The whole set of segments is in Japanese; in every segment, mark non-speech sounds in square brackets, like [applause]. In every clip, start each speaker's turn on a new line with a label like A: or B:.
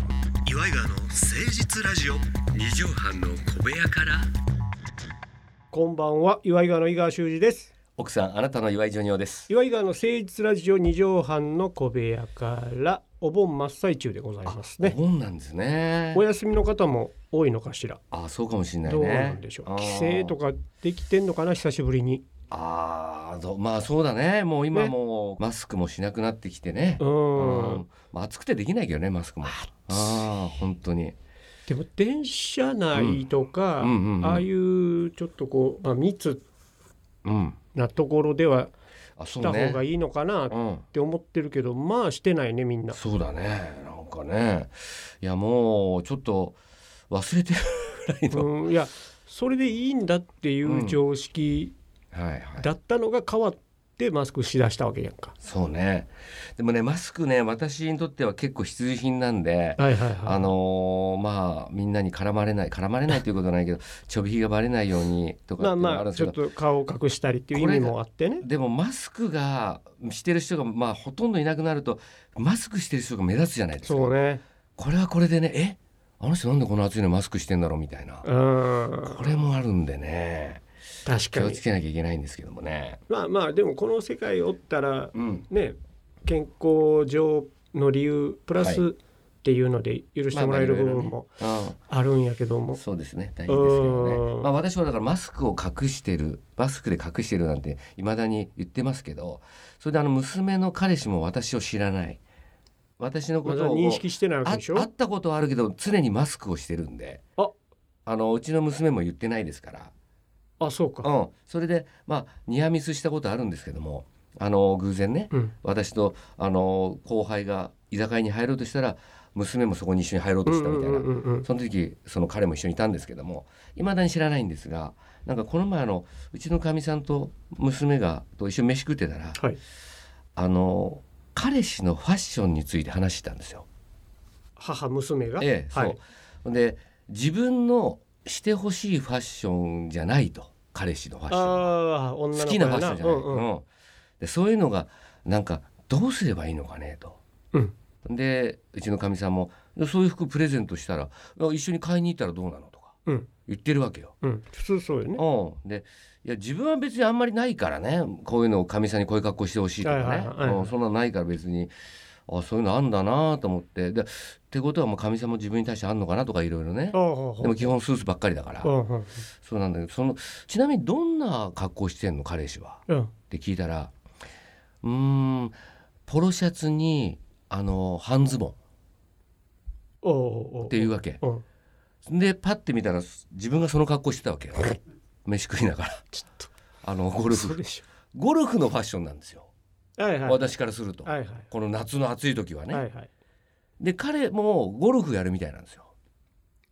A: イガーの誠実ラジオ
B: 二畳半の小部屋から
C: こんばんは岩井川の井川修司です
B: 奥さんあなたの岩井ジョニオです
C: 岩井川の誠実ラジオ二畳半の小部屋からお盆真っ最中でございますね
B: お盆なんですね
C: お休みの方も多いのかしら
B: あそうかもしれないね
C: どうなんでしょう帰省と
B: か
C: かできてんのかな久しぶりに
B: あーどまあそうだねもう今
C: ね
B: もうマスクもしなくなってきてね
C: う
B: うんんまあ暑くてできないけどねマスクもああー本当に
C: でも電車内とか、
B: うんうんうんうん
C: ああいうちょっとこう、まあ、密
B: うん
C: なところでは
B: あそ
C: し
B: う
C: た
B: ね
C: 方がいいのかなっ
B: うん
C: て思ってるけど、まあしてないねみんな
B: そうだねなんかねいやもうちょっと忘れてるぐらいの、
C: うんいやそれでいいんだっていう常識
B: はいはい
C: だったのが変わってマスクしだしたわけやんか。
B: そうねでもねマスクね私にとっては結構必需品なんで、
C: はいはいはい。
B: あのーまあみんなに絡まれない絡まれないということはないけど [laughs] ちょびひがバレないようにとかって
C: ま
B: い
C: あ
B: うのがある
C: ま
B: ん
C: あ
B: で
C: ち
B: す
C: ょっ
B: けど
C: と顔を隠したりっていう意味もあってね。
B: でもマスクがしてる人がまあほとんどいなくなるとマスクしてる人が目立つじゃないですか
C: そうね。
B: これはこれでねえあの人なんでこの暑いのにマスクしてんだろうみたいな
C: うん
B: これもあるんでね
C: 確
B: 気
C: か
B: を
C: に
B: つ。けなきゃいけないんですけどもね。
C: まあまあでもこの世界おったら
B: うん
C: ね健康上の理由プラ
B: は
C: スっていうので許してもらえる部分も
B: まあまあいろいろね
C: あるんやけども。
B: そうですね大事ですけど
C: う
B: ね、
C: ん
B: まあ、私はだからマスクを隠してるマスクで隠してるなんていまだに言ってますけどそれであの娘の彼氏も私を知らない私のこ
C: ま
B: と
C: だ
B: を
C: 認識してないわ
B: あ
C: けでしょ
B: 会ったことはあるけど常にマスクをしてるんで
C: あ
B: あのうちの娘も言ってないですから、
C: あそうか。
B: うん、それで、まあ、ニアミスしたことあるんですけどもあの偶然ね
C: うん。
B: 私とあの後輩が居酒屋に入ろうとしたら娘もそこに一緒に入ろうとしたみたいな
C: うんうんうんうん
B: その時その彼も一緒にいたんですけどもいまだに知らないんですがなんかこの前あのうちのかみさんと娘がと一緒に飯食ってたら
C: はい。
B: あの彼氏のファッションについて話してたんですよ。
C: 母娘が。
B: ええ、そう、
C: はい。
B: ほんで自分のしてほしいファッションじゃないと彼氏のファッションは
C: ああ女の子や
B: 好きなファッションじゃない、
C: うんうん
B: うんでそういうのがなんかどうすればいいのかねと。
C: うん
B: でうちのかみさんも「そういう服プレゼントしたらいや一緒に買いに行ったらどうなの?」とか
C: うん
B: 言ってるわけよ。
C: うん、普通そうよね。
B: うん、でいや自分は別にあんまりないからねこういうのをかみさんにこういう格好してほしいとかね、
C: はいはいはいはい
B: うんそんなのないから別にあそういうのあんだなと思ってでってことはもうかみさんも自分に対してあんのかなとかいろいろね
C: ああほうほう
B: でも基本スーツばっかりだから
C: うんうん
B: そうなんだけどそのちなみにどんな格好してんの彼氏は
C: うん、
B: って聞いたらうーんポロシャツにあの半ズボンっ
C: おうおうおう
B: ていうわけ
C: うん、
B: でパッて見たら自分がその格好してたわけよ飯食いながら
C: ちょっと
B: あのゴル
C: そ
B: フ
C: うでし
B: ゴルフのファッションなんですよ
C: ょはいはい
B: 私からすると、
C: はいはい
B: この夏の暑い時はね、
C: はいはい
B: で彼もゴルフやるみたいなんですよ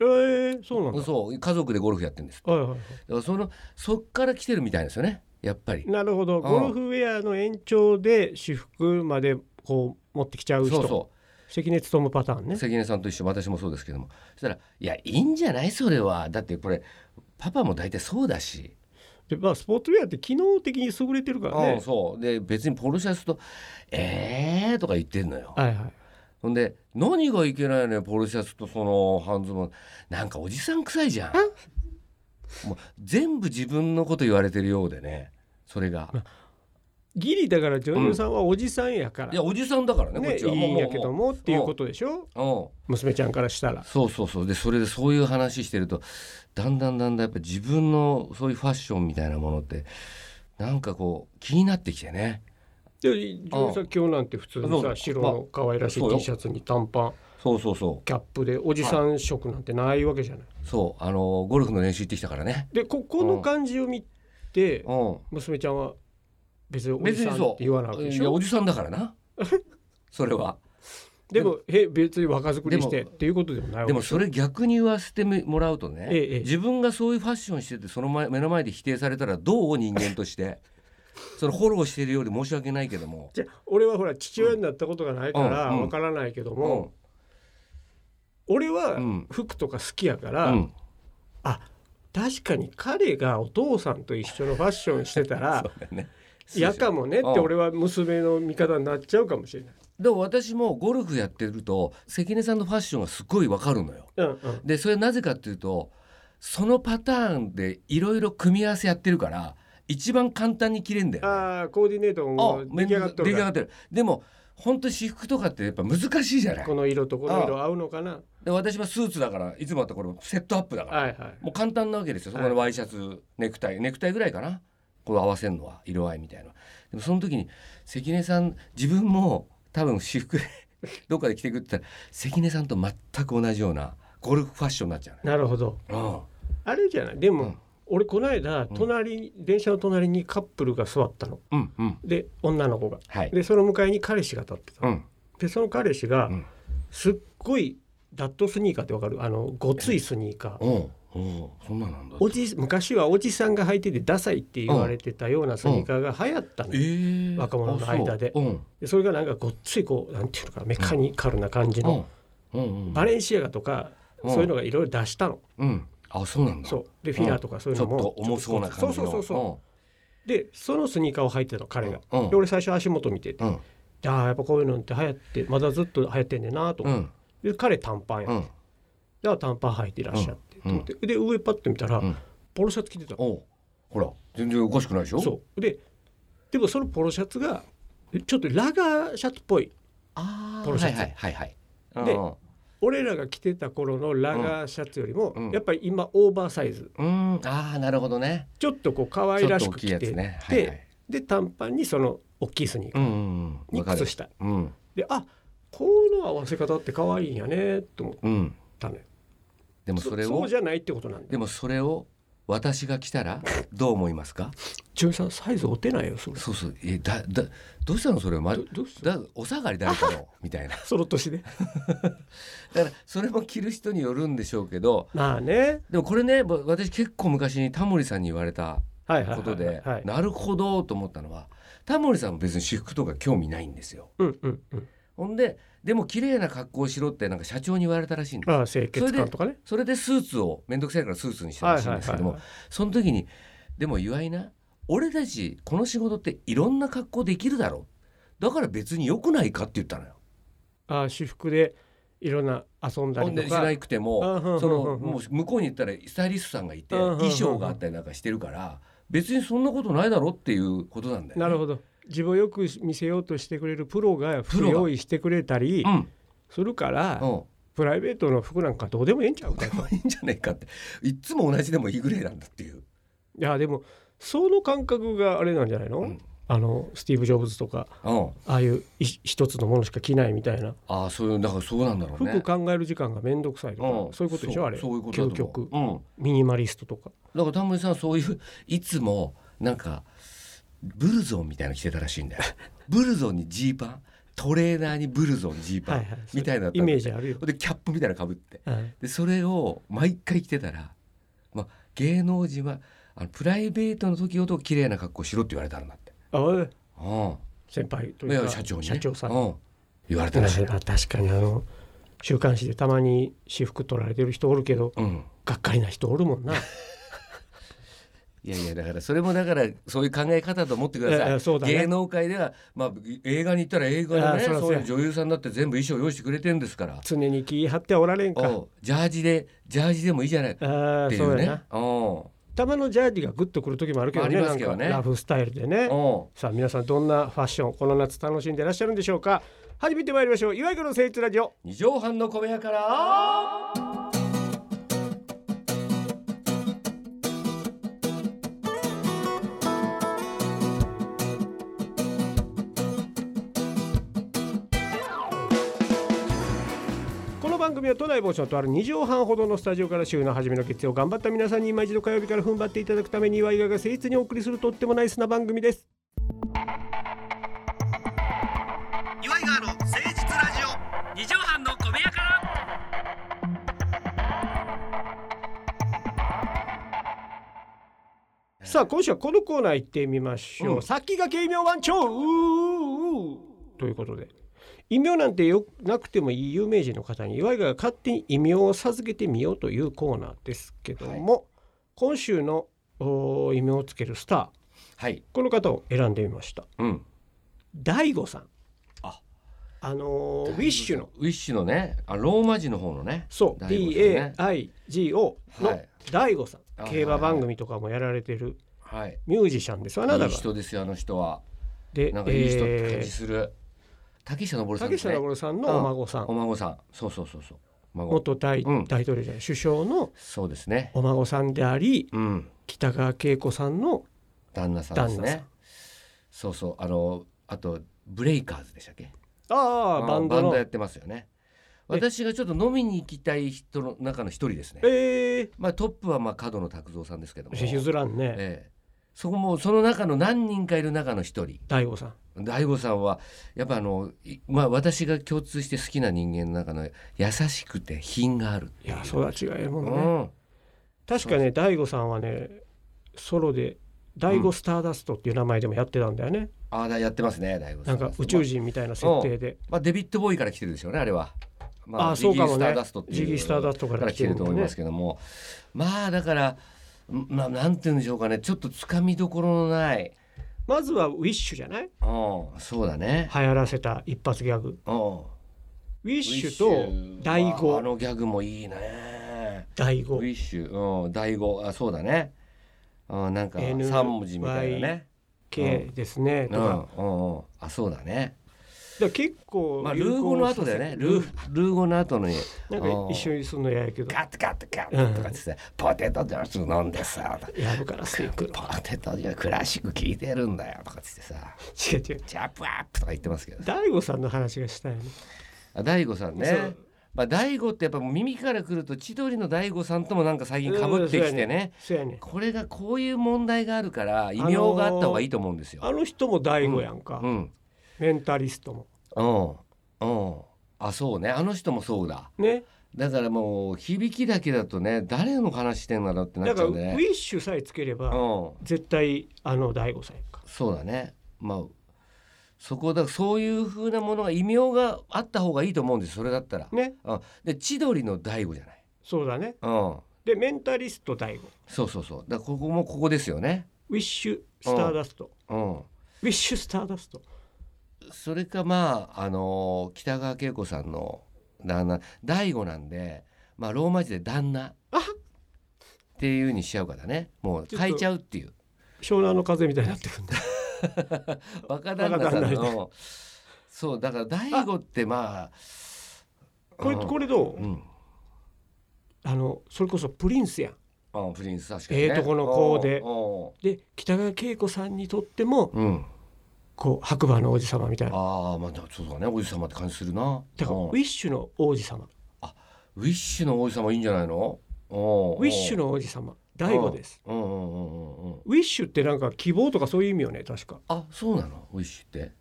C: えー、そうなんだ
B: そう家族でゴルフやってるんです
C: はいはいは
B: だからそのそっから来てるみたいですよねやっぱり
C: いなるほど
B: ん
C: ゴルフウェアの延長で私服までこう持ってきちゃう人
B: そうそ
C: 関根勤パターン
B: う
C: ね
B: 関根さんと一緒私もそうですけどもそしたら「いやいいんじゃないそれはだってこれパパも大体そうだし、
C: で、まあ、スポーツウェアって機能的に優れてるから
B: うん
C: ね
B: そうで別にポロシャツと「えー」とか言ってんのよ
C: はいはい
B: ほんで「何がいけないのよポロシャツとその半ズボンなんかおじさん臭いじゃん」もう全部自分のこと言われてるようでねそれが
C: ギリだから女優さんはおじさんやから、
B: いやおじさんだからねこっ
C: ね、い
B: ちはもう
C: いん
B: もう
C: やけどもっていうことでしょ
B: も
C: 娘ちゃんからした
B: うう
C: ら
B: んそうそうそうでそれでそういう話してるとだんだんだんだんやっぱ自分のそういうファッションみたいなものってなんかこう気になってきてね
C: で女優さん今日なんて普通に
B: そう
C: さ白の可愛らしい
B: まあそうよ
C: T シャツに短パン
B: そうそうそ
C: キャップでおじさん色なんてないわけじゃない。
B: うそうあのゴルフの練習行ってきたからね
C: でここの感じを見て
B: うん
C: 娘ちゃんは別におじ
B: 別
C: さん
B: に
C: っ
B: そ
C: て
B: う
C: 言わないわけで
B: い
C: し
B: や
C: ょ
B: おじさんだから
C: [laughs]
B: なそれは
C: でもへ別に若作りして
B: でも
C: っていうことでもないわ
B: で
C: け
B: もそれ逆に言わせてもらうとね、
C: ええええ
B: 自分がそういうファッションしててその前目の前で否定されたらどう人間としてそのフォローしてるより申し訳ないけども、
C: じゃあ俺はほら父親になったことがないから
B: うんうん
C: わからないけど
B: う
C: も、
B: ん
C: 俺
B: う
C: は
B: ん
C: 服とか好きやから、
B: うん、
C: 確かに彼がお父さんと一緒のファッションして
B: [laughs]
C: た
B: そ
C: ら
B: うだよね
C: 嫌かもねって
B: うん
C: 俺は娘の味方になっちゃうかもしれない。
B: でも私もゴルフやってると関根さんのファッションがすごいわかるのよ。
C: うんうん
B: でそれはなぜかっていうとそのパターンでいろいろ組み合わせやってるから一番簡単に着れんだよ、ね。
C: ああコーディネートも出来上がっと
B: 出
C: る
B: 来上が
C: か
B: ってるでも本当私服とかってやっぱ難しいじゃな
C: ら
B: い
C: この色とこの色合うのかな
B: で私はスーツだからいつもだったらこれセットアップだから、
C: はいはい
B: もう簡単なわけですよそこのワイシャツ、ネクタイネクタイぐらいかなこう合わせるのは色合いみたいなでもその時に関根さん自分も多分私服で [laughs] どっかで着てくって言ったら関根さんと全く同じようなゴルフファッションになっちゃうね
C: なるほど
B: うん
C: あれじゃないでも、
B: うん
C: 俺この間隣に、電車の隣にカップルが座ったの
B: うんうん
C: で女の子が
B: はい
C: でその向かいに彼氏が立ってた、
B: うん
C: でその彼氏が、
B: うん
C: すっごいダットスニーカーってわかるあのごついスニーカー
B: おうおうそんなんなんだ
C: おじ昔はおじさんが履いててダサいって言われてたようなスニーカーが流行ったの、
B: えー
C: 若者の間で
B: あそううん
C: でそれがなんかごっついこうなんていうのかメカニカルな感じ
B: う
C: の、
B: んうんうん
C: バレンシアガとか、
B: うん
C: そういうのがいろいろ出したの、
B: うんあそうなんだ
C: そうでフィラーとかそういう
B: ちょ
C: の
B: っ
C: も、
B: と重そうな感じ
C: そう
B: の
C: そうそうそうでそのスニーカーを履いてたの彼が、
B: うん
C: で俺最初足元見てて、
B: うんうん
C: ああやっぱこういうのって流行ってまだずっと流行ってんねんなと
B: う
C: 思って、
B: ん
C: で彼短パンや、、
B: うんん
C: であ短パン履いてらっしゃって、
B: ん
C: と思ってで上パッと見たら、
B: うん
C: ポロシャツ着てたの
B: おうほら全然おかしくないでしょ
C: そうででもそのポロシャツがちょっとラガーシャツっぽい
B: あー
C: ポロシャツ
B: はいはいはいはい
C: で
B: うんうん
C: 俺らが着てた頃のラガーシャツよりも、
B: うんうん
C: やっぱり今オーバーサイズ
B: うーんああなるほどね
C: ちょっとこう可愛らしく着
B: ちょっと大きいや
C: て
B: つねはいはい
C: でで短パンにその大きいスニーカ
B: う
C: ー
B: んうんうん
C: に
B: わかる
C: 靴下、
B: うん
C: であこの合わせ方って可愛いんやねと思っ
B: うん
C: たのよ
B: でもそれ
C: そ
B: を
C: うじゃないってことなんだ
B: でもそれを私が来たらどう思いますか
C: 中井さんサイズ合ってないよそれ
B: そうそうえだだどうしたのそれま
C: どどうした
B: だお下がり誰か
C: [laughs]
B: のみたいな
C: その年で
B: だからそれも着る人によるんでしょうけど
C: まあね
B: でもこれねぼ私結構昔にタモリさんに言われた
C: はいはいはい
B: ことで、
C: [laughs] はい、
B: なるほどと思ったのはタモリさんも別に私服とか興味ないんですよ。
C: うんうんうん
B: ほんででも綺麗な格好をしろってなんか社長に言われたらしいんです
C: まあ清潔感とかね
B: それでスーツを面倒くさいからスーツにしたらしいんですけども、
C: はいはいはい
B: その時にでも岩井な俺たちこの仕事っていろんな格好できるだろだから別に良くないかって言ったのよ。
C: あ私服でいろんな遊んだ
B: ほん
C: り
B: で
C: と
B: し
C: か
B: なくても
C: うんうんうんうん
B: そのもう向こうに行ったらスタイリストさんがいて
C: うんうんうんうん
B: 衣装があったりなんかしてるから別にそんなことないだろっていうことなんだよね。
C: なるほど自分をよく見せようとしてくれるプロが
B: プ
C: 服
B: ロが
C: 用意してくれたり
B: うん
C: するから、
B: うん
C: プライベートの服なんかどうでもいいんちゃうかい
B: 可愛いんじゃねえかっていっつも同じでもいいぐらいなんだっていう、
C: やでもその感覚があれなんじゃないの、
B: うん
C: あのスティーブ・ジョブズとか
B: うん、
C: ああいうい一つのものしか着ないみたいな
B: ああそういうだからそうなんだろうね
C: 服考える時間が面倒くさいとか、
B: ん
C: そういうことでしょあれ
B: そうそういうことだ
C: 究
B: と思
C: 極
B: ううん
C: ミニマリストとか
B: だからタモリさんはそういういつもなんかブルゾンみたいなの着てたらしいん
C: [laughs]
B: だよブルゾンにジーパントレーナーにブルゾンジーパン、
C: はいはい
B: みたいなのだった
C: イ
B: んだ
C: メ
B: よ
C: ージあるよ、
B: でキャップみたいなかぶって
C: うん
B: でそれを毎回着てたら、まあ、芸能人はあのプライベートの時ほど綺麗な格好しろって言われたんだって、
C: あおい
B: うん
C: 先輩と
B: い
C: いう
B: や
C: か
B: 社長にね、
C: 社長 [laughs] さん
B: うん、言われた
C: ま
B: らしい、
C: あ確かにあの週刊誌でたまに私服取られてる人おるけど
B: うん、
C: がっかりな人おるも
B: [laughs]
C: んな
B: いやいやだからそれもだからそういう考え方だと思ってください、
C: ええそうだね
B: 芸能界では、まあ、映画に行ったら映画の
C: ああ
B: ね
C: そ
B: そう
C: らそう
B: い
C: や
B: う女優さんだって全部衣装用意してくれてるんですから
C: 常に気張ってはおられんか
B: おうジャージでジャージでもいいじゃないか
C: あ
B: っ
C: あ
B: てい
C: そうう
B: ね
C: やな
B: お
C: たまのジャージがグッとくる時もあるけどね
B: ありますけどね
C: なんかラフスタイルでね
B: うお
C: さあ皆さんどんなファッションこの夏楽しんでいらっしゃるんでしょうか始めてまいりましょう岩井君の誠実ラジオ
B: う2畳半の小部屋から
C: この番組は都内某所とある2畳半ほどのスタジオから週の初めの月曜頑張った皆さんに今一度火曜日から踏ん張っていただくために岩井川が誠実にお送りするとってもナイスな番組です
A: 岩井川の誠実ラジオ二畳半の小部屋から
C: さあ今週はこのコーナー行ってみましょう、
B: うん
C: 先が軽妙番長うーうーうーということで異名なんてよなくてもいい有名人の方に岩井が勝手に異名を授けてみようというコーナーですけども、今週のおー異名をつけるスター
B: はい
C: この方を選んでみました
B: うん
C: 大悟さんあのーウィッシュの
B: ウィッシュのねあローマ字の方のね
C: そう、
B: 大悟さんね
C: DAIGO
B: は
C: の
B: い
C: 大悟さん、
B: あ
C: 競馬番組とかもやられてる
B: はい
C: ミュージシャンですわなだ
B: いい
C: から
B: 人ですよあの人は
C: で
B: なんかいい人って感
C: え
B: じ
C: ー
B: する、竹下登さん
C: 竹
B: です
C: 下
B: ね
C: 登さんのお孫さん
B: お孫さんそうそうそうそう孫
C: 元大
B: うん
C: 大統領じゃない首相の
B: そうですね
C: お孫さんであり
B: うん
C: 北川景子さんの
B: 旦那さんです
C: 旦那さ
B: ね
C: ん
B: そうそうあのあとブレイカーズでしたっけ
C: ああ
B: まあ
C: バンドの
B: やってますよね私がちょっと飲みに行きたい人の中の一人ですね
C: え
B: まあトップはまあ角野拓三さんですけども
C: ー譲らんね
B: ええ、そこもその中の何人かいる中の一人
C: 大悟さん
B: 大悟さんはやっぱあの、いまあ、私が共通して好きな人間の中の優しくて品があるって
C: い
B: いう
C: や育ちがええも
B: うん
C: ね
B: ん、
C: 確かね大悟さんはねソロで「大悟スターダスト」っていう名前でもやってたんだよね、
B: ああだやってますね大悟さ
C: なんんか宇宙
B: 人、
C: 人みたいな設定で、
B: まあ、デビッド・ボーイから来てるでしょうねあれは、ま
C: ああそうかもね
B: ジギー・スターダストっていう
C: ジギースターダストから
B: から来てると思いますけども、まあだからんまあなんて言うんでしょうかねちょっとつかみどころのない、
C: まずはウィッシュじゃない
B: うん、そうだね、
C: 流行らせた一発ギャグ
B: うん、ウ
C: ウィッシ
B: ィッ
C: ュ
B: シュ
C: と大
B: あ
C: 悟
B: のギャグもいいね
C: 大
B: ウ
C: 悟
B: ィッシュ、うん、第五、あ、そうだね。うん、なんか
C: NY
B: 三文字みたいなね。
C: 系ですね、
B: う
C: と
B: ん、う
C: かだか
B: ん、うん、あ、そうだね。
C: ら結構
B: まあ、ルー語の後だよね。ルー、ルー語の後に。
C: なんか一緒にすんのややけど
B: ガッとガッとガッととかってさ、ポテトジュース飲んでさ。
C: やるからスイーク
B: ポテトジュースクラシック聞いてるんだよとかってってさ。
C: [laughs] 違う違う
B: チャップアップとか言ってますけど。
C: 大悟さんの話がしたいね
B: あ、大悟さん
C: そ
B: ね
C: う。
B: まあ、大悟ってやっぱ耳からくると千鳥の大悟さんともなんか最近かぶってきてね。
C: そうやね
B: これがこういう問題があるから異名があった方がいいと思うんですよ。
C: あの人も大悟やんか、
B: うん。
C: メンタリストも
B: うんうんあそうねあの人もそうだ
C: ね
B: だからもう響きだけだとね誰の話してんだろうってな
C: だ
B: っち
C: か
B: ゃ
C: ら
B: う
C: ウ
B: んでね
C: ィッシュさえつければ、
B: うん
C: 絶対あの大悟さんやんか
B: そうだねまあそこだそういう風なものが異名があった方がいいと思うんですそれだったら、
C: ね
B: うん、で千鳥の大悟じゃない
C: そうだね
B: うん
C: でメンタリスト大悟
B: そうそうそうだからここもここですよね
C: ウィッシュスターダスト、
B: うん
C: ウィッシュスターダスト
B: それかまああのー北川景子さんの旦那大悟なんで、まあ、ローマ字で旦那っていうにしちゃうからねもう
C: ちょっと
B: 変えちゃうっていう
C: 湘南の風みたいになってくるんだ
B: 若旦那さん
C: 若旦那
B: のそうだから大悟ってまあ
C: これ
B: うん
C: これどう、
B: うん、
C: あのそれこそプリンスやん
B: うん、プリンス確かに、ね、
C: ええとこの子で
B: う
C: で北川景子さんにとっても
B: んうんうん
C: こう白馬の王子様みたいな
B: ああまあそうだねおじさまって感じするな
C: だから
B: うん
C: ウィッシュの王子様
B: ウィッシュの王子様いいんじゃないのウ
C: ウィッシュの王子様大悟です
B: うんうんうんうんうん
C: ウィッシュってなんか希望とかそういう意味よね確か
B: あそうなのウィッシュって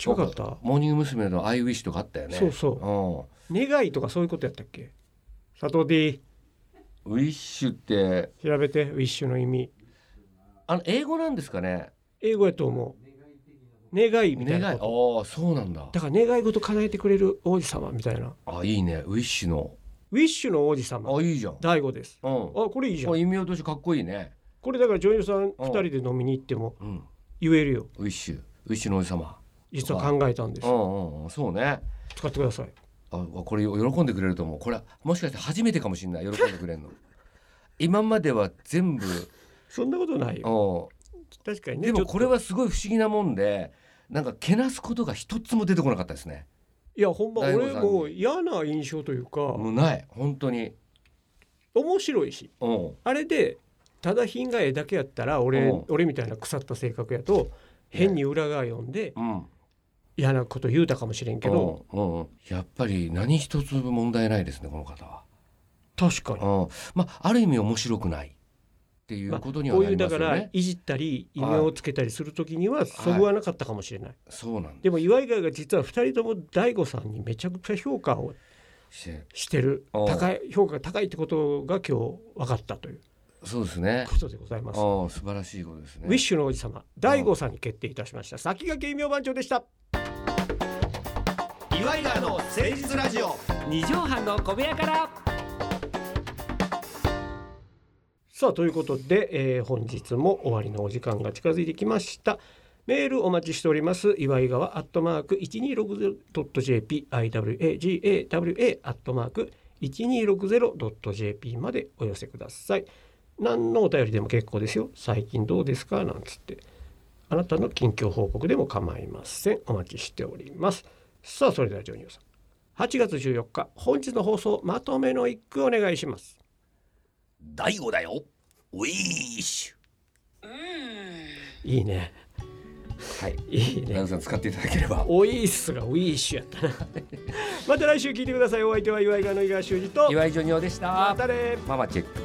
C: 違かった
B: モーニング娘。の「アイウィッシュ」とかあったよね
C: そうそう願いとかそういうことやったっけ佐藤 D
B: うん、ウィッシュって
C: 調べてウィッシュの意味
B: あの英語なんですかね
C: 英語やと思う願いみた
B: 願
C: い
B: いあ
C: な
B: あ
C: こと
B: そうなんだ
C: だから願い事叶えてくれる王子様みたいな
B: あいいねウィッシュの
C: ウィッシュの王子様
B: あいいじゃん
C: 大悟です
B: う
C: あ
B: ん
C: これいいじゃ
B: こ
C: ん
B: れ異名としてかっこいいね。
C: これだから女優さん
B: うん
C: 2人で飲みに行っても
B: うん。
C: 言えるよ
B: ウィッシュ、ウィッシュの王子様。
C: 実は考えたんで
B: う
C: す
B: んうんうん、そうね。
C: 使ってください
B: あ、これ喜んでくれると思う。これもしかして初めてかもしれない。喜んでくれるの。 [laughs] 今までは全部。
C: そんなことないよ
B: う
C: 確かに
B: ん。
C: ね
B: で
C: ちょ
B: も
C: っと
B: これはすごい不思議なもんで、なんかけなすことが一つも出てこなかったですね。
C: いやほんま
B: 大悟
C: 俺
B: さんに
C: もう嫌な印象というか
B: もうない、本当に。
C: 面白いし
B: うん。
C: あれでただ品がええだけやったら俺
B: うん
C: 俺みたいな腐った性格やと変に裏側読んで
B: うん。
C: 嫌なこと言うたかもしれんけど
B: うん、うんうん、やっぱり何一つ問題ないですね、この方は。
C: 確かに
B: うん。まあ、ある意味面白くない。ってい
C: ま
B: う
C: あ
B: ことには
C: こう
B: ないり
C: うだ
B: ます
C: か
B: よ
C: ら
B: ね。
C: いじったり異名をつけたりするときにはそぐわなかったかもしれない、
B: そうなんだ。
C: でも岩井川が実は2人とも大悟さんにめちゃくちゃ評価を
B: して
C: してる
B: うん
C: 高い評価が高いってことが今日分かったという
B: そうですね。
C: ことでございます、
B: ああ素晴らしいことですね。
C: ウィッシュの王子様大悟さんに決定いたしました先駆け異名番長でした
A: 岩井川の誠実ラジオ二畳半の小部屋から
C: さあということで、えー本日も終わりのお時間が近づいてきました。メールお待ちしております。岩井川アットマーク一二六ゼロドット jp i w a g a w a アットマーク一二六ゼロドット jp までお寄せください。何のお便りでも結構ですよ。最近どうですかなんつって。あなたの近況報告でも構いません。お待ちしております。さあ、それではジョニオさん。8月14日、本日の放送まとめの一句お願いします。
B: 大悟だよウィッシ
C: いいね。
B: ュはい
C: いい
B: 大
C: ね。
B: 悟さん使っていただければ
C: オイースがウィッシュやったな。 [laughs] また来週聞いてください。お相手は岩井川の井川修司と。
B: 岩井ジョニオでした
C: またね
B: ママチェック